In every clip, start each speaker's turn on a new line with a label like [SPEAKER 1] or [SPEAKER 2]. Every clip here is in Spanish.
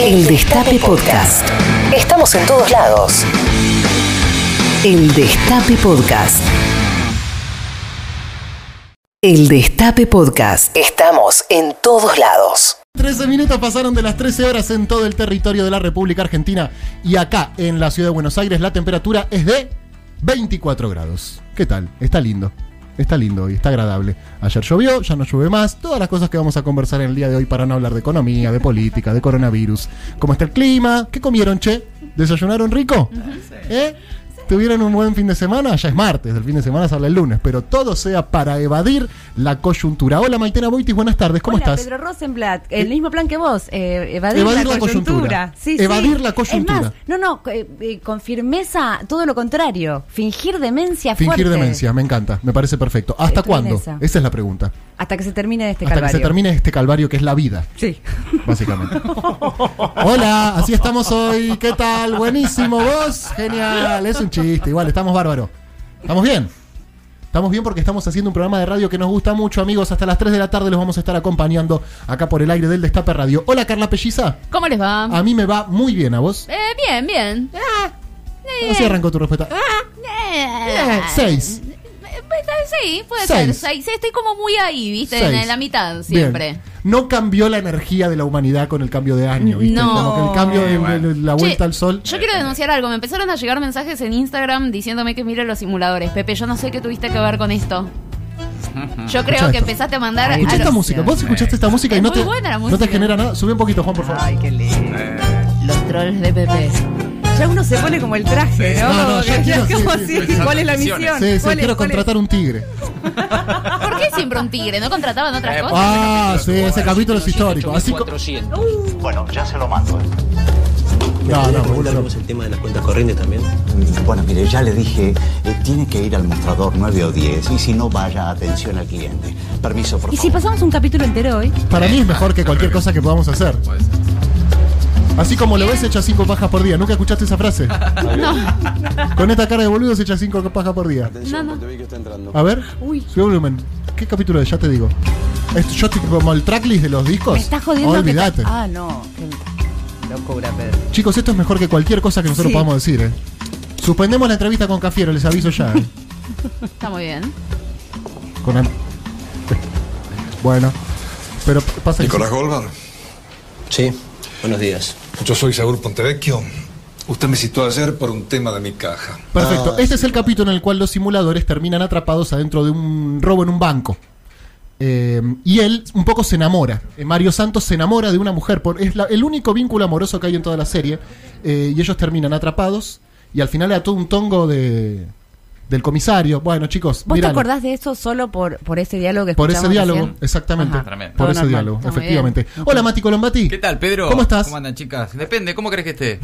[SPEAKER 1] El Destape Podcast. Estamos en todos lados. El Destape Podcast. El Destape Podcast. Estamos en todos lados.
[SPEAKER 2] 13 minutos pasaron de las 13 horas en todo el territorio de la República Argentina y acá en la ciudad de Buenos Aires la temperatura es de 24 grados. ¿Qué tal? Está lindo. Está lindo hoy, está agradable. Ayer llovió, ya no llueve más. Todas las cosas que vamos a conversar en el día de hoy para no hablar de economía, de política, de coronavirus. ¿Cómo está el clima? ¿Qué comieron, che? ¿Desayunaron rico? ¿Eh? ¿Tuvieron un buen fin de semana? Ya es martes, el fin de semana sale el lunes, pero todo sea para evadir la coyuntura. Hola Maitena Boitis, buenas tardes, ¿cómo
[SPEAKER 3] Hola,
[SPEAKER 2] estás?
[SPEAKER 3] Pedro Rosenblatt, el mismo plan que vos, eh, evadir,
[SPEAKER 2] Evadir
[SPEAKER 3] la,
[SPEAKER 2] la coyuntura.
[SPEAKER 3] coyuntura. Sí, sí.
[SPEAKER 2] Evadir la coyuntura.
[SPEAKER 3] Es más, no, no, eh, eh, con firmeza, todo lo contrario. Fingir demencia
[SPEAKER 2] Fingir
[SPEAKER 3] fuerte.
[SPEAKER 2] demencia, me encanta, me parece perfecto. ¿Hasta
[SPEAKER 3] Estoy en
[SPEAKER 2] cuándo?
[SPEAKER 3] esa.
[SPEAKER 2] Esa es la pregunta.
[SPEAKER 3] Hasta que se termine este
[SPEAKER 2] Hasta
[SPEAKER 3] calvario.
[SPEAKER 2] que se termine este calvario que es la vida,
[SPEAKER 3] Sí.
[SPEAKER 2] básicamente. Hola, así estamos hoy. ¿Qué tal? Buenísimo, vos. Genial, es un chiste. Igual, estamos bárbaro. ¿Estamos bien? Estamos bien porque estamos haciendo un programa de radio que nos gusta mucho, amigos. Hasta las 3 de la tarde los vamos a estar acompañando acá por el aire del Destape Radio. Hola, Carla Pelliza.
[SPEAKER 4] ¿Cómo les va?
[SPEAKER 2] A mí me va muy bien, ¿a vos?
[SPEAKER 4] Eh, bien, bien.
[SPEAKER 2] Ah.
[SPEAKER 4] Ah.
[SPEAKER 2] Así arrancó tu respuesta. Eh, seis.
[SPEAKER 4] Eh, pues, Sí, puede ser.
[SPEAKER 2] Seis.
[SPEAKER 4] Seis. Estoy como muy ahí, ¿viste?
[SPEAKER 2] Seis.
[SPEAKER 4] En la mitad
[SPEAKER 2] Bien.
[SPEAKER 4] siempre.
[SPEAKER 2] No cambió la energía de la humanidad con el cambio de año, ¿viste?
[SPEAKER 4] No.
[SPEAKER 2] Como que el cambio de,
[SPEAKER 5] Bueno.
[SPEAKER 2] de la vuelta
[SPEAKER 4] Che,
[SPEAKER 2] al sol.
[SPEAKER 4] Yo quiero denunciar algo. Me empezaron a llegar mensajes en Instagram diciéndome que mire los simuladores. Pepe, yo no sé qué tuviste que ver con esto. Yo creo
[SPEAKER 2] Escuchá
[SPEAKER 4] que
[SPEAKER 2] esto.
[SPEAKER 4] empezaste a mandar. a
[SPEAKER 2] Escuchá esta
[SPEAKER 4] los-
[SPEAKER 2] música. Vos escuchaste esta música y
[SPEAKER 4] Es
[SPEAKER 2] no
[SPEAKER 4] muy
[SPEAKER 2] te,
[SPEAKER 4] buena la
[SPEAKER 2] no te
[SPEAKER 4] música.
[SPEAKER 2] genera nada. Sube un poquito, Juan, por favor.
[SPEAKER 6] qué lindo.
[SPEAKER 3] Los trolls de Pepe.
[SPEAKER 6] Ya uno se pone como el traje,
[SPEAKER 2] Sí.
[SPEAKER 6] ¿no?
[SPEAKER 2] No, no, yo
[SPEAKER 6] Como
[SPEAKER 2] quiero-
[SPEAKER 6] que- como
[SPEAKER 2] sí, sí,
[SPEAKER 6] así,
[SPEAKER 5] sí.
[SPEAKER 6] ¿Cuál es la
[SPEAKER 5] Misiones.
[SPEAKER 6] misión?
[SPEAKER 2] Sí, sí,
[SPEAKER 6] ¿Cuál es-
[SPEAKER 2] quiero
[SPEAKER 6] cuál es?
[SPEAKER 2] contratar un tigre.
[SPEAKER 4] ¿Por qué siempre un tigre? ¿No contrataban otras
[SPEAKER 5] Eh,
[SPEAKER 4] cosas?
[SPEAKER 2] Ah, sí, ese capítulo es histórico. Así co-
[SPEAKER 7] Bueno, ya se lo mando. ¿eh?
[SPEAKER 2] Ah, No, no,
[SPEAKER 8] ¿Podría
[SPEAKER 2] boludo.
[SPEAKER 8] hablarnos el tema de las cuentas corrientes también?
[SPEAKER 7] Bueno, mire, ya le dije, eh, tiene que ir al mostrador 9 o 10 y si no, vaya atención al cliente. Permiso, por
[SPEAKER 3] ¿Y si
[SPEAKER 7] favor.
[SPEAKER 3] pasamos un capítulo entero hoy?
[SPEAKER 2] Para mí es mejor que cualquier cosa que podamos hacer. Así como lo ves, echa cinco pajas por día. ¿Nunca escuchaste esa frase? Con esta cara de boludo se echa cinco pajas por día. A ver, sube volumen. ¿Qué capítulo es? Ya te digo. Es- Yo estoy como el tracklist de los discos.
[SPEAKER 3] Me estás jodiendo. que Ah. te-
[SPEAKER 2] Olvídate.
[SPEAKER 3] Ah, no.
[SPEAKER 6] Qué Locura, Pedro.
[SPEAKER 2] Chicos, esto es mejor que cualquier cosa que nosotros
[SPEAKER 6] Sí.
[SPEAKER 2] podamos decir, ¿eh? Suspendemos la entrevista con Cafiero, les aviso ya. ¿eh?
[SPEAKER 4] Está muy bien.
[SPEAKER 2] Con an- Bueno, pero pasa que.
[SPEAKER 9] Nicolás Goldberg,
[SPEAKER 8] Sí. Buenos días.
[SPEAKER 9] yo soy Saúl Pontevecchio. Usted me citó ayer por un tema de mi caja.
[SPEAKER 2] Perfecto.
[SPEAKER 8] Ah,
[SPEAKER 2] este es el capítulo en el cual los simuladores terminan atrapados adentro de un robo en un banco. Eh, y él un poco se enamora. Eh, Mario Santos se enamora de una mujer. Por, es la- el único vínculo amoroso que hay en toda la serie. Eh, y ellos terminan atrapados. Y al final le todo un tongo de, del comisario. Bueno, chicos,
[SPEAKER 3] ¿Vos
[SPEAKER 2] miralo.
[SPEAKER 3] te acordás de eso solo por, por ese diálogo que
[SPEAKER 2] Por ese
[SPEAKER 3] escuchamos
[SPEAKER 2] diálogo,
[SPEAKER 3] recién?
[SPEAKER 2] exactamente.
[SPEAKER 3] Ajá.
[SPEAKER 5] Tremendo.
[SPEAKER 2] Por
[SPEAKER 3] Todo
[SPEAKER 2] ese
[SPEAKER 3] normal.
[SPEAKER 2] diálogo,
[SPEAKER 4] Está muy
[SPEAKER 2] efectivamente.
[SPEAKER 4] bien.
[SPEAKER 2] Hola, Mati Colombati.
[SPEAKER 5] ¿Qué tal, Pedro?
[SPEAKER 2] ¿Cómo estás?
[SPEAKER 5] ¿Cómo andan, chicas? Depende, ¿cómo crees que esté?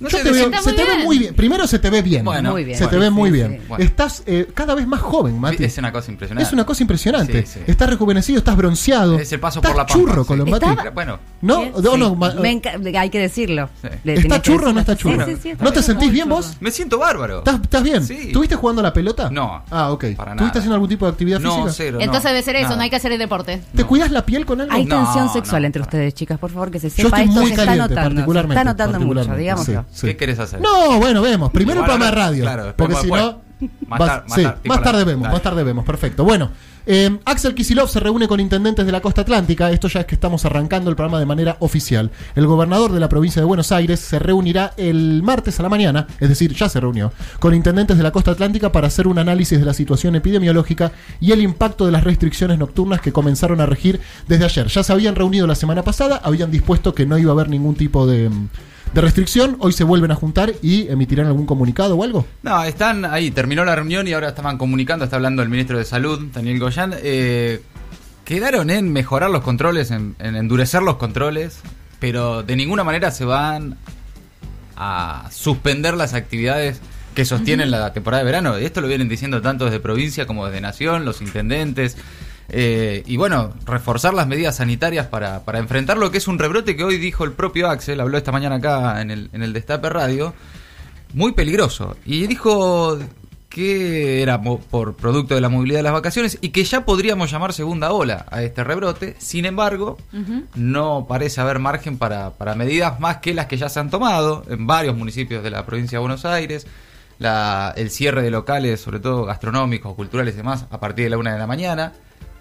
[SPEAKER 5] No
[SPEAKER 2] Yo
[SPEAKER 5] sé,
[SPEAKER 2] te
[SPEAKER 5] de-
[SPEAKER 2] veo-
[SPEAKER 4] Está
[SPEAKER 2] se
[SPEAKER 4] muy
[SPEAKER 2] te ve
[SPEAKER 4] bien.
[SPEAKER 2] muy bien. Primero se te ve bien.
[SPEAKER 5] Bueno,
[SPEAKER 3] Muy bien.
[SPEAKER 2] Se te
[SPEAKER 3] bueno,
[SPEAKER 2] ve muy
[SPEAKER 3] sí,
[SPEAKER 2] bien.
[SPEAKER 3] sí.
[SPEAKER 5] Bueno.
[SPEAKER 2] Estás eh, cada vez más joven, Mati.
[SPEAKER 5] Es una cosa impresionante.
[SPEAKER 2] Es una cosa impresionante.
[SPEAKER 5] Sí, sí.
[SPEAKER 2] Estás rejuvenecido, estás bronceado.
[SPEAKER 5] Es el paso
[SPEAKER 2] estás
[SPEAKER 5] por la pampa,
[SPEAKER 2] churro,
[SPEAKER 5] sí.
[SPEAKER 2] Colombati.
[SPEAKER 3] Estaba-
[SPEAKER 5] Bueno,
[SPEAKER 2] ¿No?
[SPEAKER 3] ¿Sí?
[SPEAKER 2] no, no,
[SPEAKER 3] Sí.
[SPEAKER 2] ma-
[SPEAKER 3] Me enca- hay que decirlo.
[SPEAKER 5] Sí.
[SPEAKER 3] Le
[SPEAKER 2] ¿Está
[SPEAKER 3] tenés que
[SPEAKER 2] churro o no está
[SPEAKER 3] decir-
[SPEAKER 2] churro?
[SPEAKER 3] Sí, sí, sí, está
[SPEAKER 2] ¿No te
[SPEAKER 3] bien.
[SPEAKER 2] sentís
[SPEAKER 3] Muy
[SPEAKER 2] bien
[SPEAKER 3] churro.
[SPEAKER 2] vos?
[SPEAKER 5] me siento bárbaro.
[SPEAKER 2] ¿Estás, estás bien?
[SPEAKER 5] Sí.
[SPEAKER 2] ¿Tuviste jugando a la pelota?
[SPEAKER 5] No.
[SPEAKER 2] Ah, ok.
[SPEAKER 5] Para
[SPEAKER 2] ¿Estuviste
[SPEAKER 5] nada.
[SPEAKER 2] haciendo algún tipo de actividad
[SPEAKER 5] No,
[SPEAKER 2] física?
[SPEAKER 5] cero. no,
[SPEAKER 4] Entonces debe ser eso,
[SPEAKER 5] nada.
[SPEAKER 4] no hay que hacer el deporte.
[SPEAKER 2] ¿Te cuidas la piel con algo?
[SPEAKER 3] Hay
[SPEAKER 5] No,
[SPEAKER 3] tensión sexual
[SPEAKER 5] no,
[SPEAKER 3] entre ustedes, chicas, por favor, que se
[SPEAKER 2] Yo
[SPEAKER 3] sepa
[SPEAKER 2] estoy
[SPEAKER 3] esto.
[SPEAKER 2] muy
[SPEAKER 3] se está
[SPEAKER 2] caliente,
[SPEAKER 3] notando, se
[SPEAKER 2] particularmente.
[SPEAKER 3] está notando mucho,
[SPEAKER 2] particularmente,
[SPEAKER 3] digámoslo.
[SPEAKER 2] sí, sí.
[SPEAKER 5] ¿Qué querés hacer?
[SPEAKER 2] No, bueno, vemos. Primero un
[SPEAKER 5] Igual
[SPEAKER 2] programa de
[SPEAKER 5] ahora-
[SPEAKER 2] radio.
[SPEAKER 5] claro,
[SPEAKER 2] porque
[SPEAKER 5] después-
[SPEAKER 2] si no.
[SPEAKER 5] más
[SPEAKER 2] vas-
[SPEAKER 5] tar- más
[SPEAKER 2] sí,
[SPEAKER 5] tar- tipo
[SPEAKER 2] más
[SPEAKER 5] la-
[SPEAKER 2] tarde vemos,
[SPEAKER 5] dale.
[SPEAKER 2] más tarde vemos, perfecto. Bueno, eh, Axel Kisilov se reúne con intendentes de la costa atlántica. Esto ya es que estamos arrancando el programa de manera oficial. El gobernador de la provincia de Buenos Aires se reunirá el martes a la mañana, es decir, ya se reunió, con intendentes de la costa atlántica para hacer un análisis de la situación epidemiológica y el impacto de las restricciones nocturnas que comenzaron a regir desde ayer. Ya se habían reunido la semana pasada, habían dispuesto que no iba a haber ningún tipo de. mm, de restricción, hoy se vuelven a juntar y emitirán algún comunicado o algo.
[SPEAKER 5] No, están ahí, terminó la reunión y ahora estaban comunicando, está hablando el ministro de Salud, Daniel Goyan. eh, quedaron en mejorar los controles, en, en endurecer los controles, pero de ninguna manera se van a suspender las actividades que sostienen la temporada de verano. Y Esto lo vienen diciendo tanto desde provincia como desde nación, los intendentes. eh, y bueno, reforzar las medidas sanitarias para, para enfrentar lo que es un rebrote que hoy dijo el propio Axel, habló esta mañana acá en el, en el Destape Radio, muy peligroso. Y dijo que era mo- por producto de la movilidad de las vacaciones y que ya podríamos llamar segunda ola a este rebrote. Sin embargo,
[SPEAKER 4] Ujú.
[SPEAKER 5] no parece haber margen para, para medidas más que las que ya se han tomado en varios municipios de la provincia de Buenos Aires. La- el cierre de locales, sobre todo gastronómicos, culturales y demás, a partir de la una de la mañana.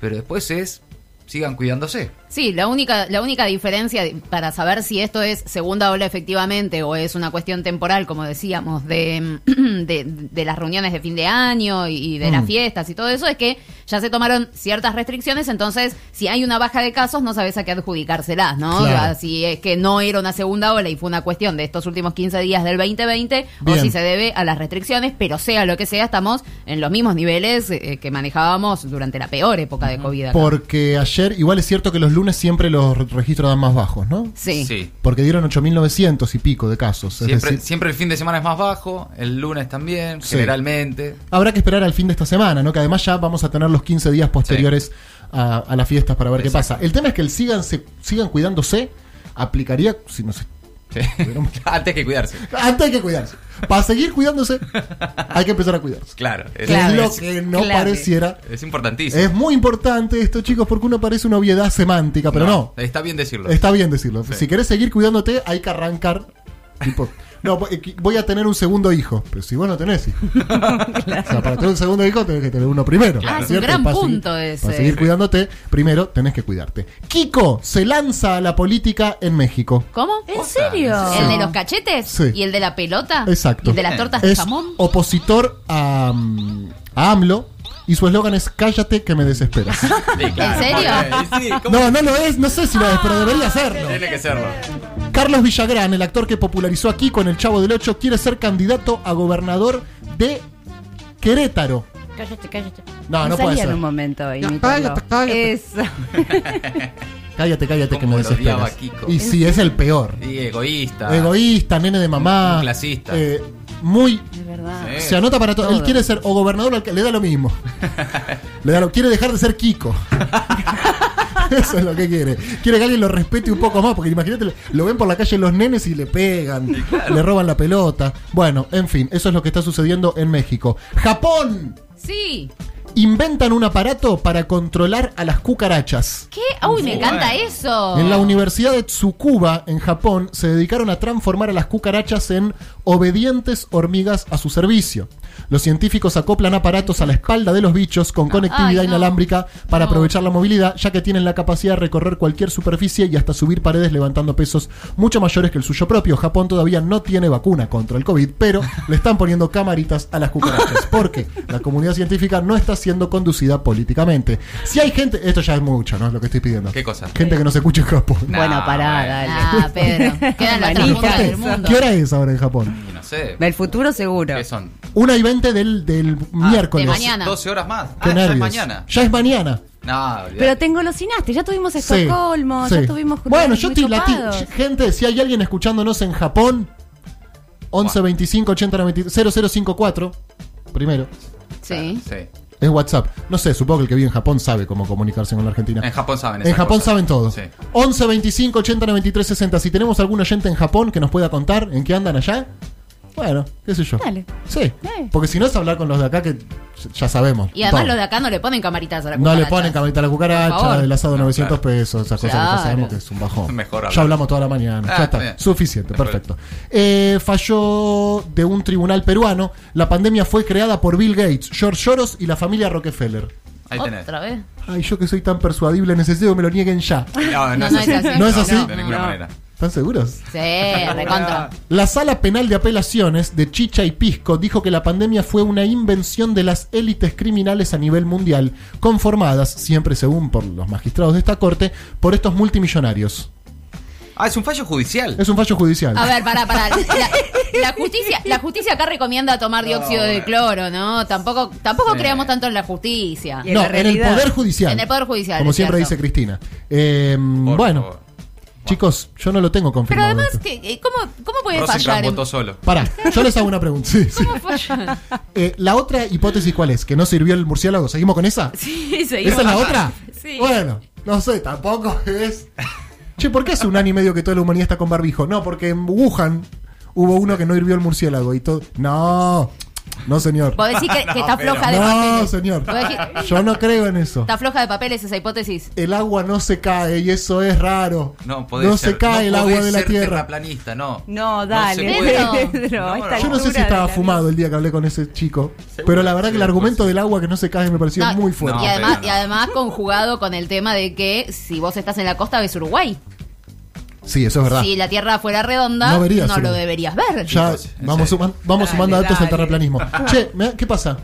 [SPEAKER 5] Pero después es, sigan cuidándose.
[SPEAKER 4] Sí, la única, la única diferencia de- para saber si esto es segunda ola efectivamente o es una cuestión temporal, como decíamos, de, de, de las reuniones de fin de año y de las
[SPEAKER 2] Mm.
[SPEAKER 4] fiestas y todo eso, es que ya se tomaron ciertas restricciones, entonces si hay una baja de casos no sabes a qué adjudicárselas, ¿no?
[SPEAKER 2] Claro.
[SPEAKER 4] O sea, si es que no era una segunda ola y fue una cuestión de estos últimos 15 días del 2020
[SPEAKER 2] Bien.
[SPEAKER 4] o si se debe a las restricciones, pero sea lo que sea, estamos en los mismos niveles eh, que manejábamos durante la peor época de COVID. acá.
[SPEAKER 2] Porque ayer, igual es cierto que los lunes siempre los re- registros dan más bajos, ¿no?
[SPEAKER 4] Sí.
[SPEAKER 2] Porque dieron 8.900 y pico de casos. es
[SPEAKER 5] Siempre,
[SPEAKER 2] decir,
[SPEAKER 5] siempre el fin de semana es más bajo, el lunes también,
[SPEAKER 2] Sí.
[SPEAKER 5] generalmente.
[SPEAKER 2] habrá que esperar al fin de esta semana, ¿no? Que además ya vamos a tener los 15 días posteriores a, a las fiestas para ver qué
[SPEAKER 5] Exacto.
[SPEAKER 2] pasa. El tema es que el sigan, sigan cuidándose aplicaría, si no sé,
[SPEAKER 5] Sí. Antes que cuidarse.
[SPEAKER 2] antes hay que cuidarse. Para seguir cuidándose, hay que empezar a cuidarse.
[SPEAKER 5] Claro, es,
[SPEAKER 4] Claro.
[SPEAKER 2] es lo
[SPEAKER 5] es-
[SPEAKER 2] que no
[SPEAKER 4] clave.
[SPEAKER 2] pareciera.
[SPEAKER 5] es importantísimo.
[SPEAKER 2] Es muy importante esto, chicos, porque uno parece una obviedad semántica, pero no.
[SPEAKER 5] Está bien decirlo.
[SPEAKER 2] Está bien decirlo.
[SPEAKER 5] Sí.
[SPEAKER 2] Si querés seguir cuidándote, hay que arrancar. tipo, no, voy- voy a tener un segundo hijo. Pero si vos no tenés hijo. O sea, para tener un segundo hijo tenés que tener uno primero.
[SPEAKER 4] Claro. Ah, es un
[SPEAKER 2] ¿cierto?
[SPEAKER 4] gran
[SPEAKER 2] Para seguir-
[SPEAKER 4] punto ese.
[SPEAKER 2] Para seguir cuidándote, primero tenés que cuidarte. Kiko se lanza a la política en México.
[SPEAKER 4] ¿Cómo?
[SPEAKER 3] ¿En serio?
[SPEAKER 4] ¿El de los cachetes?
[SPEAKER 2] Sí.
[SPEAKER 4] ¿Y el de la pelota?
[SPEAKER 2] Exacto.
[SPEAKER 4] ¿Y el de las tortas de
[SPEAKER 2] Es
[SPEAKER 4] jamón?
[SPEAKER 2] opositor a, mm, a AMLO y su eslogan es Cállate que me desesperas.
[SPEAKER 5] Sí,
[SPEAKER 4] ¿En serio?
[SPEAKER 5] Eh, sí, ¿cómo?
[SPEAKER 2] No, no lo es, no sé si lo es, pero
[SPEAKER 4] Ah,
[SPEAKER 2] debería serlo.
[SPEAKER 5] Tiene que serlo.
[SPEAKER 2] Carlos Villagrán, el actor que popularizó a Kiko en El Chavo del Ocho, quiere ser candidato a gobernador de Querétaro.
[SPEAKER 3] Cállate, cállate.
[SPEAKER 2] No, no puede
[SPEAKER 6] salía
[SPEAKER 2] ser.
[SPEAKER 6] en un momento imitarlo.
[SPEAKER 2] cállate, cállate.
[SPEAKER 6] Eso.
[SPEAKER 2] Cállate, cállate que
[SPEAKER 5] Cómo
[SPEAKER 2] me
[SPEAKER 5] lo odiaba
[SPEAKER 2] desesperas.
[SPEAKER 5] a Kiko.
[SPEAKER 2] Y sí, es el peor.
[SPEAKER 5] Y egoísta.
[SPEAKER 2] Egoísta, nene de mamá.
[SPEAKER 5] Un clasista.
[SPEAKER 2] eh, muy.
[SPEAKER 3] Es verdad.
[SPEAKER 5] Sí.
[SPEAKER 2] Se anota para todo. Él
[SPEAKER 3] Eh, Todo.
[SPEAKER 2] quiere ser o gobernador o alca- le da lo mismo. le da lo, quiere dejar de ser Kiko. Eso es lo que quiere. Quiere que alguien lo respete un poco más, porque imagínate, lo ven por la calle los nenes y le pegan, le roban la pelota. Bueno, en fin, eso es lo que está sucediendo en México. Japón
[SPEAKER 4] Sí.
[SPEAKER 2] inventan un aparato para controlar a las cucarachas.
[SPEAKER 4] ¿Qué? ¡Uy, me
[SPEAKER 5] Bueno.
[SPEAKER 4] encanta eso!
[SPEAKER 2] En la Universidad de Tsukuba, en Japón, se dedicaron a transformar a las cucarachas en obedientes hormigas a su servicio. Los científicos acoplan aparatos a la espalda de los bichos con conectividad
[SPEAKER 4] Ay, no.
[SPEAKER 2] inalámbrica para
[SPEAKER 4] No.
[SPEAKER 2] aprovechar la movilidad, ya que tienen la capacidad de recorrer cualquier superficie y hasta subir paredes levantando pesos mucho mayores que el suyo propio. Japón todavía no tiene vacuna contra el COVID, pero le están poniendo camaritas a las cucarachas, porque la comunidad científica no está siendo conducida políticamente. Si hay gente, esto ya es mucho, ¿no? Es lo que estoy pidiendo.
[SPEAKER 5] ¿Qué cosa?
[SPEAKER 2] Gente que no se escuche en Japón.
[SPEAKER 5] No,
[SPEAKER 6] bueno, pará,
[SPEAKER 5] bueno.
[SPEAKER 6] dale.
[SPEAKER 4] Ah, Pedro. Queda en la otra
[SPEAKER 6] Manija.
[SPEAKER 4] punta del
[SPEAKER 2] Aparte,
[SPEAKER 4] mundo.
[SPEAKER 2] ¿Qué hora es ahora en Japón?
[SPEAKER 5] Y No sé.
[SPEAKER 6] Del futuro seguro.
[SPEAKER 5] ¿Qué son?
[SPEAKER 2] Una y 20 del, del miércoles.
[SPEAKER 4] de mañana.
[SPEAKER 5] 12 horas más. Ah,
[SPEAKER 2] Qué
[SPEAKER 5] ya es
[SPEAKER 2] nervios.
[SPEAKER 5] mañana.
[SPEAKER 2] Ya es mañana.
[SPEAKER 5] No,
[SPEAKER 3] Pero
[SPEAKER 5] olvidate.
[SPEAKER 3] te engolosinaste, ya tuvimos
[SPEAKER 2] Sí,
[SPEAKER 3] Estocolmo,
[SPEAKER 2] sí.
[SPEAKER 3] ya tuvimos
[SPEAKER 2] Bueno,
[SPEAKER 3] lugares
[SPEAKER 2] yo
[SPEAKER 3] muy
[SPEAKER 2] te la-
[SPEAKER 3] copados.
[SPEAKER 2] Gente, si hay alguien escuchándonos en Japón, 11 25 80 93 0054, primero,
[SPEAKER 4] Sí.
[SPEAKER 5] Sí.
[SPEAKER 2] es WhatsApp. No sé, supongo que el que vive en Japón sabe cómo comunicarse con la Argentina.
[SPEAKER 5] En Japón saben
[SPEAKER 2] En
[SPEAKER 5] esas
[SPEAKER 2] Japón
[SPEAKER 5] cosas.
[SPEAKER 2] saben todo.
[SPEAKER 5] Sí.
[SPEAKER 2] 11 25 80 93 60. Si tenemos algún oyente en Japón que nos pueda contar en qué andan allá, bueno, qué sé yo.
[SPEAKER 3] Dale.
[SPEAKER 2] Sí. Porque si no es hablar con los de acá que ya sabemos.
[SPEAKER 4] Y además
[SPEAKER 2] todo.
[SPEAKER 4] los de acá no le ponen camaritas a la
[SPEAKER 2] No le
[SPEAKER 4] cucaracha.
[SPEAKER 2] ponen camarita a la
[SPEAKER 4] Por
[SPEAKER 2] cucaracha,
[SPEAKER 4] favor.
[SPEAKER 2] el asado 900 pesos, esas cosas que ya
[SPEAKER 4] Claro.
[SPEAKER 2] sabemos que es un bajón.
[SPEAKER 5] Mejor hablar.
[SPEAKER 2] ya hablamos toda la mañana,
[SPEAKER 5] Ah,
[SPEAKER 2] ya está,
[SPEAKER 5] bien.
[SPEAKER 2] suficiente,
[SPEAKER 5] Mejor.
[SPEAKER 2] perfecto. Eh, falló de un tribunal peruano, la pandemia fue creada por Bill Gates, George Soros y la familia Rockefeller.
[SPEAKER 5] Ahí tenés.
[SPEAKER 4] Otra vez.
[SPEAKER 2] Ay, yo que soy tan persuadible, necesito que me lo nieguen ya.
[SPEAKER 5] No,
[SPEAKER 4] No, no es así.
[SPEAKER 2] ¿No es así?
[SPEAKER 5] de ninguna
[SPEAKER 6] No.
[SPEAKER 5] manera.
[SPEAKER 2] ¿Están seguros?
[SPEAKER 4] Sí, recontra.
[SPEAKER 2] La Sala Penal de Apelaciones de Chicha y Pisco dijo que la pandemia fue una invención de las élites criminales a nivel mundial, conformadas, siempre según por los magistrados de esta corte, por estos multimillonarios.
[SPEAKER 5] Ah, es un fallo judicial.
[SPEAKER 2] Es un fallo judicial.
[SPEAKER 4] A ver, pará, pará. La, la justicia, la justicia acá recomienda tomar dióxido de cloro, ¿no? Tampoco, tampoco
[SPEAKER 5] Sí.
[SPEAKER 4] creamos tanto en la justicia.
[SPEAKER 6] Y en
[SPEAKER 2] no,
[SPEAKER 6] la
[SPEAKER 2] en el
[SPEAKER 6] realidad.
[SPEAKER 2] Poder Judicial.
[SPEAKER 4] En el Poder Judicial,
[SPEAKER 2] Como
[SPEAKER 4] es
[SPEAKER 2] siempre
[SPEAKER 4] cierto.
[SPEAKER 2] dice Cristina. Eh,
[SPEAKER 5] Por
[SPEAKER 2] bueno,
[SPEAKER 5] favor.
[SPEAKER 2] chicos, yo no lo tengo
[SPEAKER 4] Pero
[SPEAKER 2] confirmado.
[SPEAKER 4] además,
[SPEAKER 2] esto.
[SPEAKER 4] ¿qué- eh, ¿cómo, cómo puede
[SPEAKER 5] Rosenkrantz
[SPEAKER 4] fallar? en-
[SPEAKER 5] votó solo.
[SPEAKER 2] Pará, yo les hago una pregunta. Sí, sí.
[SPEAKER 4] ¿Cómo fallar?
[SPEAKER 2] Eh, la otra hipótesis, ¿cuál es? ¿Que no sirvió el murciélago? ¿Seguimos con esa?
[SPEAKER 4] Sí, seguimos.
[SPEAKER 2] ¿Esa es la otra?
[SPEAKER 4] Sí.
[SPEAKER 2] Bueno, no sé, tampoco es. Che, ¿por qué hace un año y medio que toda la humanidad está con barbijo? No, porque en Wuhan hubo uno que no hirvió el murciélago y todo. No. No, señor.
[SPEAKER 4] Vos decís que, que está
[SPEAKER 2] No,
[SPEAKER 4] floja de papeles.
[SPEAKER 2] señor.
[SPEAKER 4] Vos decís-
[SPEAKER 2] Yo no creo en eso.
[SPEAKER 4] Está floja de papeles esa hipótesis.
[SPEAKER 2] El agua no se cae y eso es raro.
[SPEAKER 5] No, podés
[SPEAKER 2] se
[SPEAKER 5] ser-
[SPEAKER 2] cae el
[SPEAKER 5] no
[SPEAKER 2] agua
[SPEAKER 5] podés
[SPEAKER 2] de la
[SPEAKER 5] ser
[SPEAKER 2] tierra.
[SPEAKER 5] terraplanista, no.
[SPEAKER 6] No,
[SPEAKER 5] se
[SPEAKER 6] dale,
[SPEAKER 5] puede.
[SPEAKER 6] Pedro. a esta
[SPEAKER 2] Yo no sé
[SPEAKER 6] altura
[SPEAKER 2] si
[SPEAKER 6] de la
[SPEAKER 2] estaba fumado el día que hablé con ese chico, pero la verdad que el
[SPEAKER 5] sí,
[SPEAKER 2] argumento del agua que no se cae me pareció
[SPEAKER 4] No,
[SPEAKER 2] muy fuerte.
[SPEAKER 4] Y
[SPEAKER 5] No,
[SPEAKER 4] además,
[SPEAKER 5] pero no.
[SPEAKER 4] y además conjugado con el tema de que si vos estás en la costa ves Uruguay.
[SPEAKER 2] Sí, eso es verdad.
[SPEAKER 4] Si la Tierra fuera redonda,
[SPEAKER 2] No
[SPEAKER 4] no,
[SPEAKER 2] verías
[SPEAKER 4] lo
[SPEAKER 2] Uruguay.
[SPEAKER 4] deberías ver.
[SPEAKER 2] Ya
[SPEAKER 5] Chicos, en
[SPEAKER 2] vamos,
[SPEAKER 5] serio.
[SPEAKER 2] suman- vamos
[SPEAKER 6] Dale,
[SPEAKER 2] sumando datos al
[SPEAKER 6] dale.
[SPEAKER 2] terraplanismo. che, me- ¿qué pasa?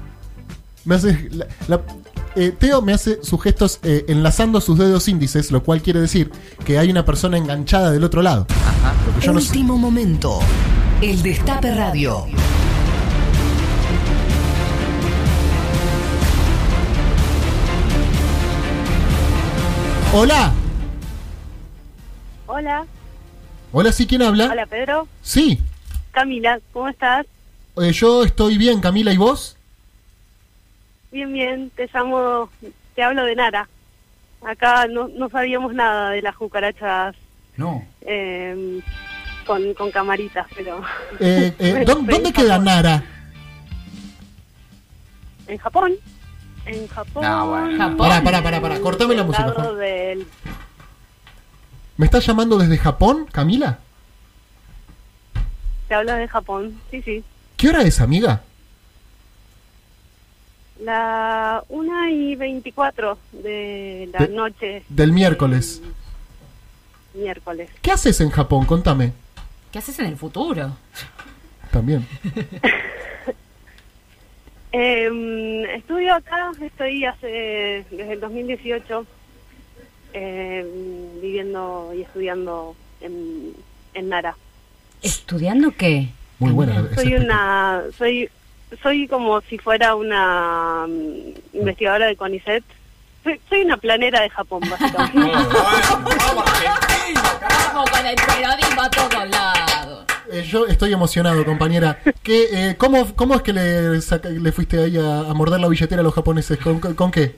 [SPEAKER 2] Me hace. la- la- eh, Teo me hace sus gestos eh, enlazando sus dedos índices, lo cual quiere decir que hay una persona enganchada del otro lado. Lo que yo no sé.
[SPEAKER 1] Último momento. El Destape Radio.
[SPEAKER 2] ¡Hola!
[SPEAKER 10] Hola,
[SPEAKER 2] Hola, sí, ¿quién habla?
[SPEAKER 10] hola Pedro.
[SPEAKER 2] Sí,
[SPEAKER 10] Camila, ¿cómo estás?
[SPEAKER 2] eh, yo estoy bien, Camila, ¿y vos?
[SPEAKER 10] Bien, bien, te llamo, te hablo de Nara. Acá no, no sabíamos nada de las cucarachas
[SPEAKER 5] No.
[SPEAKER 10] eh, con, con camaritas, pero
[SPEAKER 2] Eh, eh, ¿dó-
[SPEAKER 10] Estoy
[SPEAKER 2] ¿Dónde
[SPEAKER 10] en
[SPEAKER 2] queda
[SPEAKER 10] Japón.
[SPEAKER 2] Nara?
[SPEAKER 10] en Japón, en Japón,
[SPEAKER 5] No, bueno.
[SPEAKER 4] Japón.
[SPEAKER 2] Pará, pará, pará, pará, cortame la
[SPEAKER 10] al
[SPEAKER 2] música,
[SPEAKER 10] lado
[SPEAKER 2] Juan.
[SPEAKER 10] del-
[SPEAKER 2] ¿Me estás llamando desde Japón, Camila?
[SPEAKER 10] te hablo de Japón, sí, sí.
[SPEAKER 2] ¿Qué hora es, amiga?
[SPEAKER 10] La 1 y 24 de la
[SPEAKER 2] De-
[SPEAKER 10] noche.
[SPEAKER 2] del miércoles.
[SPEAKER 10] eh, miércoles.
[SPEAKER 2] ¿Qué haces en Japón? Contame.
[SPEAKER 4] ¿Qué haces en el futuro?
[SPEAKER 2] También.
[SPEAKER 10] Eh, estudio acá, estoy hace desde el 2018 eh, viviendo y estudiando en, en Nara.
[SPEAKER 3] ¿Estudiando qué?
[SPEAKER 2] Muy buena. esa
[SPEAKER 10] Soy
[SPEAKER 2] explicación.
[SPEAKER 10] una, soy, soy como si fuera una mm, investigadora de CONICET. Soy, soy una planera de Japón, básicamente.
[SPEAKER 4] Vamos con el periodismo a todos lados.
[SPEAKER 2] Eh, yo estoy emocionado, compañera. ¿Qué, eh, cómo, ¿Cómo es que le, saca- le fuiste ahí a, a morder la billetera a los japoneses? ¿Con, con- con qué?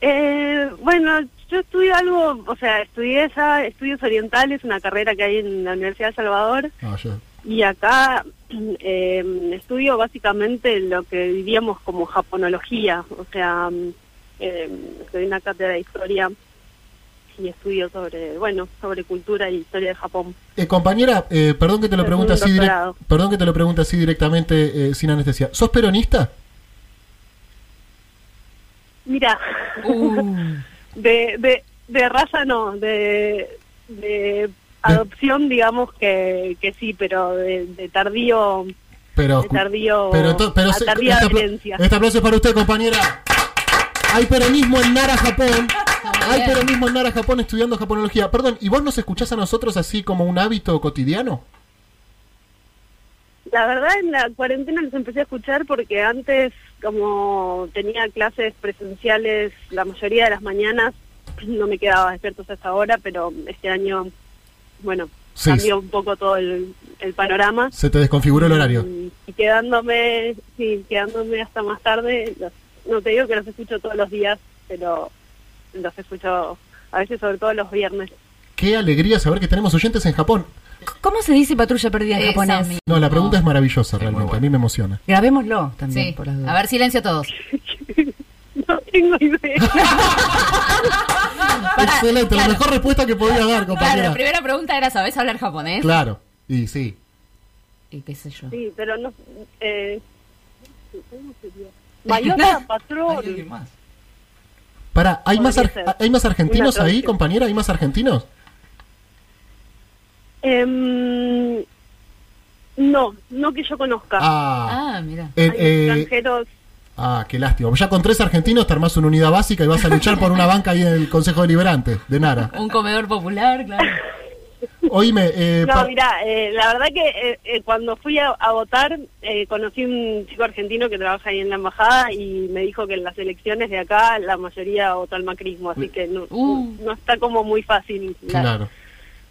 [SPEAKER 10] Eh, bueno, yo estudio algo, o sea, estudié esa, estudios orientales, una carrera que hay en la Universidad de Salvador.
[SPEAKER 2] No, yo-
[SPEAKER 10] Y acá eh, estudio básicamente lo que diríamos como japonología, o sea, mm, eh, estoy en una cátedra de historia y estudio sobre, bueno, sobre cultura y historia de Japón.
[SPEAKER 2] Eh, compañera, eh, perdón que te lo
[SPEAKER 10] Es
[SPEAKER 2] pregunte
[SPEAKER 10] un
[SPEAKER 2] así, direc-
[SPEAKER 10] doctorado.
[SPEAKER 2] perdón que te lo pregunte así directamente eh, sin anestesia. ¿Sos peronista?
[SPEAKER 10] Mira, de, de, de raza no, de, de adopción digamos que, que sí, pero de, de tardío,
[SPEAKER 2] Pero,
[SPEAKER 10] de tardío,
[SPEAKER 2] pero, to- pero
[SPEAKER 10] a
[SPEAKER 2] se-
[SPEAKER 10] tardía
[SPEAKER 2] este, apla-
[SPEAKER 10] herencia.
[SPEAKER 2] este aplauso es para usted, compañera. Hay peronismo en Nara, Japón. Hay peronismo en Nara, Japón estudiando japonología. Perdón, ¿y vos nos escuchás a nosotros así como un hábito cotidiano?
[SPEAKER 10] La verdad, en la cuarentena los empecé a escuchar porque antes, como tenía clases presenciales la mayoría de las mañanas, no me quedaba despiertos hasta ahora, pero este año, bueno,
[SPEAKER 2] Sí,
[SPEAKER 10] cambió un poco todo el, el panorama.
[SPEAKER 2] Se te desconfiguró el horario.
[SPEAKER 10] Y, y quedándome, sí, quedándome hasta más tarde, los- no te digo que los escucho todos los días, pero los escucho a veces sobre todo los viernes.
[SPEAKER 2] Qué alegría saber que tenemos oyentes en Japón.
[SPEAKER 6] ¿Cómo se dice patrulla perdida en
[SPEAKER 4] Esa
[SPEAKER 6] japonés?
[SPEAKER 4] misma.
[SPEAKER 2] No, la pregunta es maravillosa
[SPEAKER 5] muy
[SPEAKER 2] realmente.
[SPEAKER 5] buena.
[SPEAKER 2] A mí me emociona.
[SPEAKER 6] Grabémoslo también,
[SPEAKER 4] Sí.
[SPEAKER 6] por las
[SPEAKER 4] A
[SPEAKER 6] dudas.
[SPEAKER 4] ver, silencio todos.
[SPEAKER 10] No tengo idea.
[SPEAKER 4] Para,
[SPEAKER 2] Excelente,
[SPEAKER 4] claro.
[SPEAKER 2] la mejor respuesta que podía dar,
[SPEAKER 4] Claro, la
[SPEAKER 2] compañera. Claro.
[SPEAKER 4] primera pregunta era, ¿sabés hablar japonés?
[SPEAKER 2] Y sí.
[SPEAKER 4] Y qué sé yo.
[SPEAKER 10] Sí, pero no. Eh, ¿cómo sería? Mayota
[SPEAKER 5] Hay
[SPEAKER 10] Patrón.
[SPEAKER 5] alguien más.
[SPEAKER 2] Pará, ¿hay más,
[SPEAKER 10] Podría
[SPEAKER 2] ar-
[SPEAKER 10] ser.
[SPEAKER 2] ¿hay más argentinos
[SPEAKER 10] Una
[SPEAKER 2] ahí,
[SPEAKER 10] traducción.
[SPEAKER 2] compañera? ¿Hay más argentinos?
[SPEAKER 10] Em, no, no que yo conozca.
[SPEAKER 2] Ah.
[SPEAKER 4] Ah, mira.
[SPEAKER 2] Eh,
[SPEAKER 10] Hay
[SPEAKER 2] eh,
[SPEAKER 10] extranjeros.
[SPEAKER 2] ah, qué lástima. Ya con tres argentinos te armás una unidad básica y vas a luchar por una banca ahí en el Consejo Deliberante de Nara.
[SPEAKER 4] Un comedor popular, claro.
[SPEAKER 2] Oíme, eh,
[SPEAKER 10] No,
[SPEAKER 2] pa-
[SPEAKER 10] mira, la verdad que eh, eh, cuando fui a, a votar eh, conocí un chico argentino que trabaja ahí en la embajada y me dijo que en las elecciones de acá la mayoría votó al macrismo, así que no,
[SPEAKER 4] Uh.
[SPEAKER 10] no está como muy fácil la,
[SPEAKER 2] claro.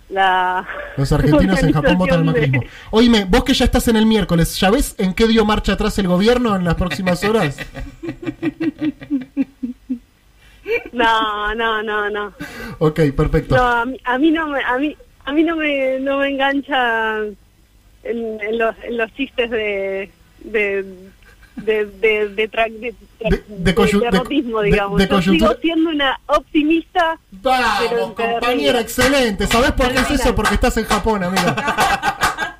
[SPEAKER 10] la
[SPEAKER 2] Los argentinos en Japón votan al
[SPEAKER 10] organización de-
[SPEAKER 2] macrismo. Oíme, vos que ya estás en el miércoles, ¿ya ves en qué dio marcha atrás el gobierno en las próximas horas?
[SPEAKER 10] No, no, no, no.
[SPEAKER 2] Ok, perfecto.
[SPEAKER 10] No, a mí, a mí no me, a mí, a mí no me, no me engancha en, en los, en los chistes de... de de, de, de, tra- de, tra-
[SPEAKER 2] De- de coyu- de-
[SPEAKER 10] derrotismo,
[SPEAKER 2] de-
[SPEAKER 10] digamos.
[SPEAKER 2] de
[SPEAKER 10] Yo sigo
[SPEAKER 2] coyuntura-
[SPEAKER 10] siendo una optimista. pero
[SPEAKER 2] Vamos,
[SPEAKER 10] enterrada.
[SPEAKER 2] compañera, excelente. ¿Sabés por qué es eso? Porque estás en Japón, amiga.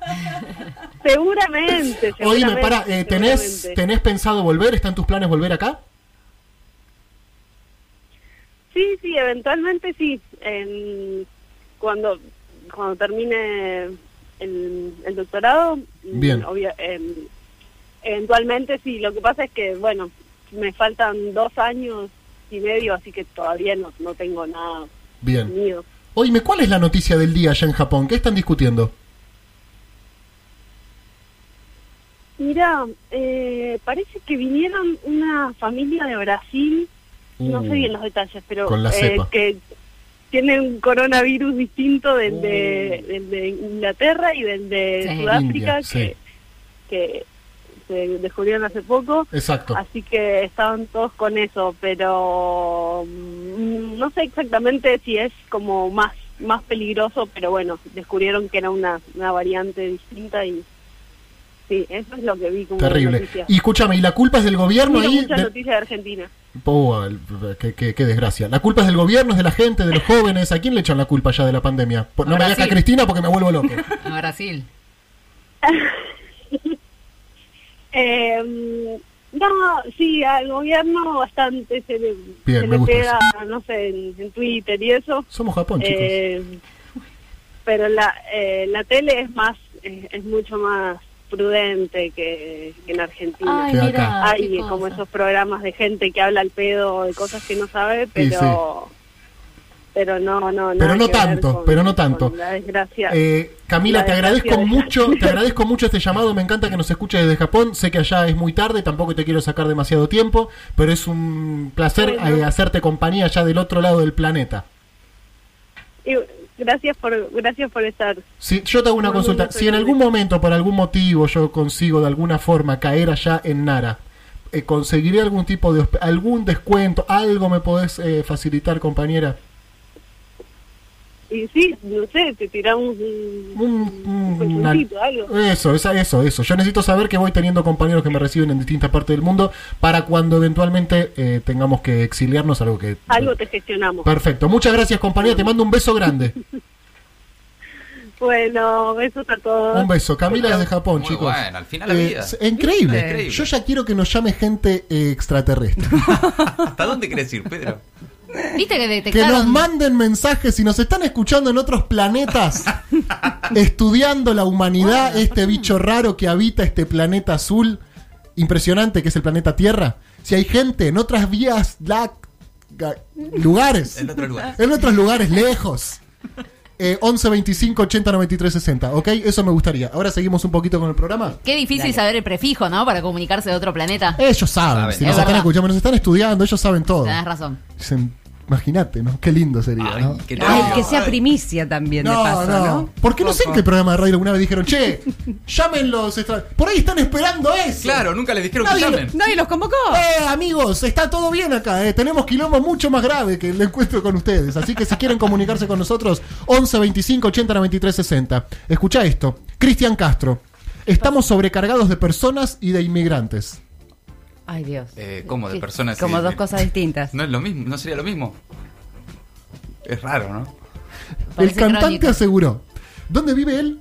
[SPEAKER 10] Seguramente, seguramente.
[SPEAKER 2] Oíme, pará, eh, ¿tenés,
[SPEAKER 10] seguramente.
[SPEAKER 2] ¿tenés pensado volver? ¿Están tus planes volver acá?
[SPEAKER 10] Sí, sí, eventualmente sí. En- cuando cuando termine el, el doctorado, mm,
[SPEAKER 2] Bien.
[SPEAKER 10] obvia- em, eventualmente sí. Lo que pasa es que, bueno, me faltan dos años y medio, así que todavía no, no tengo nada
[SPEAKER 2] Bien.
[SPEAKER 10] unido.
[SPEAKER 2] Oíme, ¿cuál es la noticia del día allá en Japón? ¿Qué están discutiendo?
[SPEAKER 10] Mira, eh, parece que vinieron una familia de Brasil, no sé
[SPEAKER 2] Uh.
[SPEAKER 10] bien los detalles, pero
[SPEAKER 2] Con la
[SPEAKER 10] eh,
[SPEAKER 2] cepa.
[SPEAKER 10] que tienen un coronavirus distinto del, de, del de Inglaterra y del de
[SPEAKER 2] Mm. Sí.
[SPEAKER 10] Sudáfrica
[SPEAKER 2] India, sí.
[SPEAKER 10] que, que se descubrieron hace poco.
[SPEAKER 2] Exacto.
[SPEAKER 10] Así que estaban todos con eso, pero mm, no sé exactamente si es como más más peligroso, pero bueno, descubrieron que era una, una variante distinta y sí, eso es lo que vi como
[SPEAKER 2] Terrible.
[SPEAKER 10] noticia.
[SPEAKER 2] Y escúchame, ¿y la culpa es del gobierno
[SPEAKER 10] Miro
[SPEAKER 2] ahí?
[SPEAKER 10] muchas
[SPEAKER 2] De-
[SPEAKER 10] noticias de Argentina.
[SPEAKER 2] Oh, el- qué, qué- qué desgracia. ¿La culpa es del gobierno, es de la gente, de los jóvenes? ¿A quién le echan la culpa ya de la pandemia? Por- No
[SPEAKER 4] A
[SPEAKER 2] me hagas a
[SPEAKER 4] Brasil.
[SPEAKER 2] Cristina porque me vuelvo loco.
[SPEAKER 4] A Brasil.
[SPEAKER 10] Eh, no, sí, al gobierno bastante se le,
[SPEAKER 2] Bien,
[SPEAKER 10] se
[SPEAKER 2] me
[SPEAKER 10] le
[SPEAKER 2] gusta
[SPEAKER 10] pega, no sé, en, en Twitter y eso.
[SPEAKER 2] Somos Japón, chicos.
[SPEAKER 10] Eh, pero la, eh, la tele es más es, es mucho más prudente que, que en Argentina.
[SPEAKER 2] Ay, Que mira,
[SPEAKER 10] Hay como esos programas de gente que habla al pedo de cosas que no sabe, pero pero no, no,
[SPEAKER 2] Pero
[SPEAKER 10] nada
[SPEAKER 2] no
[SPEAKER 10] que ver
[SPEAKER 2] tanto,
[SPEAKER 10] con-
[SPEAKER 2] pero no tanto.
[SPEAKER 10] con La desgracia.
[SPEAKER 2] Eh, Camila,
[SPEAKER 10] La
[SPEAKER 2] te agradezco
[SPEAKER 10] desgracia de-
[SPEAKER 2] mucho, te agradezco mucho este llamado, me encanta que nos escuches desde Japón, sé que allá es muy tarde, tampoco te quiero sacar demasiado tiempo, pero es un placer
[SPEAKER 10] Bueno.
[SPEAKER 2] eh, hacerte compañía allá del otro lado del planeta.
[SPEAKER 10] Y gracias por gracias por estar.
[SPEAKER 2] Si, yo te hago una
[SPEAKER 10] No, no,
[SPEAKER 2] consulta,
[SPEAKER 10] no,
[SPEAKER 2] si en
[SPEAKER 10] no.
[SPEAKER 2] algún momento, por algún motivo, yo consigo de alguna forma caer allá en Nara, eh, ¿conseguiré algún tipo de hosp- algún descuento, algo me podés eh, facilitar, compañera?
[SPEAKER 10] Y sí, no sé, te tiramos un,
[SPEAKER 2] Un-
[SPEAKER 10] un
[SPEAKER 2] un- una-
[SPEAKER 10] colchoncito, algo.
[SPEAKER 2] Eso, esa- eso, eso. Yo necesito saber que voy teniendo compañeros que me reciben en distintas partes del mundo para cuando eventualmente eh, tengamos que exiliarnos, algo que...
[SPEAKER 10] Algo te gestionamos.
[SPEAKER 2] Perfecto. Muchas gracias, compañera. Te mando un beso grande.
[SPEAKER 10] Bueno, besos a todos.
[SPEAKER 2] Un beso. Camila desde Japón,
[SPEAKER 5] Muy
[SPEAKER 2] chicos.
[SPEAKER 5] bueno, al final la
[SPEAKER 2] Eh,
[SPEAKER 5] vida.
[SPEAKER 2] es increíble.
[SPEAKER 5] Increíble.
[SPEAKER 2] Yo ya quiero que nos llame gente eh, extraterrestre.
[SPEAKER 5] ¿Hasta dónde querés ir, Pedro?
[SPEAKER 4] ¿Viste que
[SPEAKER 2] que nos
[SPEAKER 4] detectaron?
[SPEAKER 2] manden mensajes. Si nos están escuchando en otros planetas, estudiando la humanidad, este bicho raro que habita este planeta azul, impresionante que es el planeta Tierra. Si hay gente en otras vías, la- ga- lugares,
[SPEAKER 5] En otro lugar.
[SPEAKER 2] en otros lugares lejos. Eh, 11 25 80 93 60, ¿ok? Eso me gustaría. Ahora seguimos un poquito con el programa.
[SPEAKER 4] Qué difícil saber el prefijo, ¿no? Para comunicarse de otro planeta.
[SPEAKER 2] Ellos saben,
[SPEAKER 5] Saben,
[SPEAKER 2] si
[SPEAKER 5] es
[SPEAKER 2] nos están
[SPEAKER 4] verdad.
[SPEAKER 2] escuchando, nos están estudiando, ellos saben todo.
[SPEAKER 4] Tenés razón.
[SPEAKER 2] Dicen, Imagínate, ¿no? Qué lindo sería,
[SPEAKER 5] Ay,
[SPEAKER 2] ¿no?
[SPEAKER 5] qué
[SPEAKER 6] Ay,
[SPEAKER 5] nervio.
[SPEAKER 6] Ah, que sea primicia también, de paso, ¿no?
[SPEAKER 2] Porque no sé en qué programa de radio alguna vez dijeron, che, llámenlos. extra- Por ahí están esperando eso.
[SPEAKER 5] Claro, nunca les dijeron que
[SPEAKER 2] Nadie lo-
[SPEAKER 5] llamen.
[SPEAKER 6] Nadie los convocó.
[SPEAKER 2] Eh, amigos, está todo bien acá. eh. Tenemos quilombo mucho más grave que el encuentro con ustedes. Así que si quieren comunicarse con nosotros, 11 25 80 93 60. Escucha esto: Cristian Castro. Estamos sobrecargados de personas y de inmigrantes.
[SPEAKER 6] Ay, Dios.
[SPEAKER 5] Eh, ¿Cómo? De
[SPEAKER 6] Sí,
[SPEAKER 5] personas. y-
[SPEAKER 6] Como dos cosas distintas.
[SPEAKER 5] No es lo mismo, no sería lo mismo. Es raro, ¿no?
[SPEAKER 2] El
[SPEAKER 4] Parece
[SPEAKER 2] cantante
[SPEAKER 4] crónica.
[SPEAKER 2] aseguró: ¿Dónde vive él?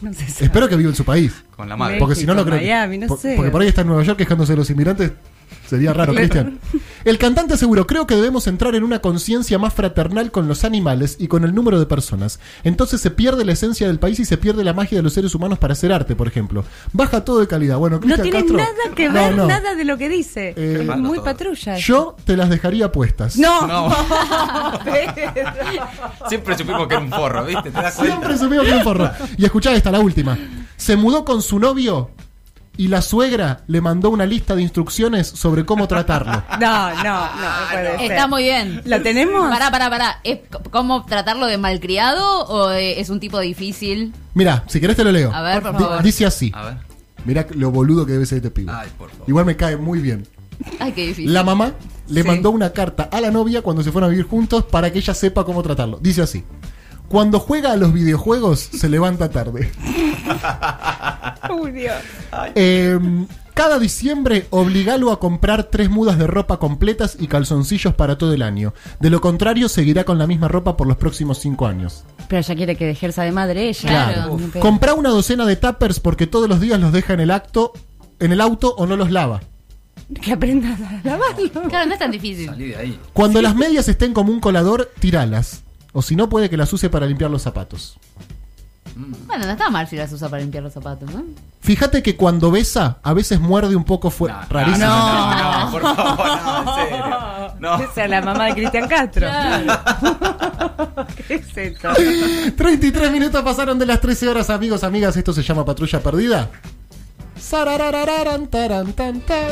[SPEAKER 6] No sé si-
[SPEAKER 2] Espero que viva en su país.
[SPEAKER 5] Con la madre.
[SPEAKER 2] Porque si no, no creo. que-
[SPEAKER 6] Miami, no
[SPEAKER 2] por-
[SPEAKER 6] sé.
[SPEAKER 2] Porque por ahí está en Nueva York quejándose de los inmigrantes. Sería raro, Cristian. El cantante aseguró, creo que debemos entrar en una conciencia más fraternal con los animales y con el número de personas. Entonces se pierde la esencia del país y se pierde la magia de los seres humanos para hacer arte, por ejemplo. Baja todo de calidad. Bueno,
[SPEAKER 6] No
[SPEAKER 2] Cristian
[SPEAKER 6] tiene
[SPEAKER 2] Castro,
[SPEAKER 6] nada que
[SPEAKER 2] no,
[SPEAKER 6] ver,
[SPEAKER 2] no.
[SPEAKER 6] nada de lo que dice.
[SPEAKER 2] Eh,
[SPEAKER 6] Es
[SPEAKER 5] Manda
[SPEAKER 6] muy
[SPEAKER 5] todo.
[SPEAKER 6] patrulla.
[SPEAKER 2] Yo te las dejaría puestas.
[SPEAKER 6] No.
[SPEAKER 5] No.
[SPEAKER 6] Pedro.
[SPEAKER 5] Siempre supimos que era un forro, ¿viste? ¿Te das cuenta?
[SPEAKER 2] Siempre supimos que era un forro. Y escuchá esta, la última. Se mudó con su novio y la suegra le mandó una lista de instrucciones sobre cómo tratarlo.
[SPEAKER 6] No, no, no, no puede ser.
[SPEAKER 4] Está muy bien.
[SPEAKER 6] ¿La tenemos?
[SPEAKER 4] Pará, pará, pará. ¿Es c- ¿Cómo tratarlo de malcriado o de- es un tipo difícil?
[SPEAKER 2] Mira, si querés te lo leo.
[SPEAKER 4] A ver, por
[SPEAKER 2] Di-
[SPEAKER 4] favor.
[SPEAKER 2] Dice así.
[SPEAKER 5] A ver.
[SPEAKER 2] Mirá lo boludo que debe ser este pibe.
[SPEAKER 5] Ay, por favor.
[SPEAKER 2] Igual me cae muy bien.
[SPEAKER 4] Ay, qué difícil.
[SPEAKER 2] La mamá le
[SPEAKER 6] Sí.
[SPEAKER 2] mandó una carta a la novia cuando se fueron a vivir juntos para que ella sepa cómo tratarlo. Dice así. Cuando juega a los videojuegos se levanta tarde.
[SPEAKER 6] Uy, Dios. Ay.
[SPEAKER 2] Eh, cada diciembre obligalo a comprar tres mudas de ropa completas y calzoncillos para todo el año. De lo contrario, seguirá con la misma ropa por los próximos cinco años.
[SPEAKER 3] Pero ella quiere que ejerza de madre ella.
[SPEAKER 2] Claro.
[SPEAKER 3] Ni pedo.
[SPEAKER 2] Comprá una docena de tuppers porque todos los días los deja en el acto, en el auto o no los lava.
[SPEAKER 6] Que aprendas a lavarlo.
[SPEAKER 4] Claro, no es tan difícil.
[SPEAKER 5] Salí de ahí.
[SPEAKER 2] Cuando las medias estén como un colador, tiralas. O si no, puede que las use para limpiar los zapatos.
[SPEAKER 4] Bueno, no está mal si las usa para limpiar los zapatos, ¿no?
[SPEAKER 2] Fíjate que cuando besa, a veces muerde un poco fuerte. Rarísimo.
[SPEAKER 5] Ah, No, no, no, por favor, no, en serio. No.
[SPEAKER 6] Esa es la mamá de Cristian Castro. ¿Qué es esto?
[SPEAKER 2] 33 minutos pasaron de las 13 horas, amigos, amigas. Esto se llama Patrulla Perdida. Sarararararan, taran, tan, tan.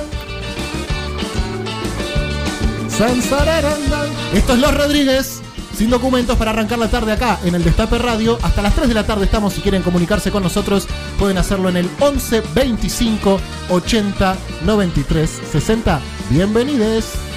[SPEAKER 2] San, sararán, dan. Esto es Los Rodríguez. Sin documentos para arrancar la tarde acá en el Destape Radio. Hasta las 3 de la tarde estamos. Si quieren comunicarse con nosotros, pueden hacerlo en el 11 25 80 93 60. Bienvenides.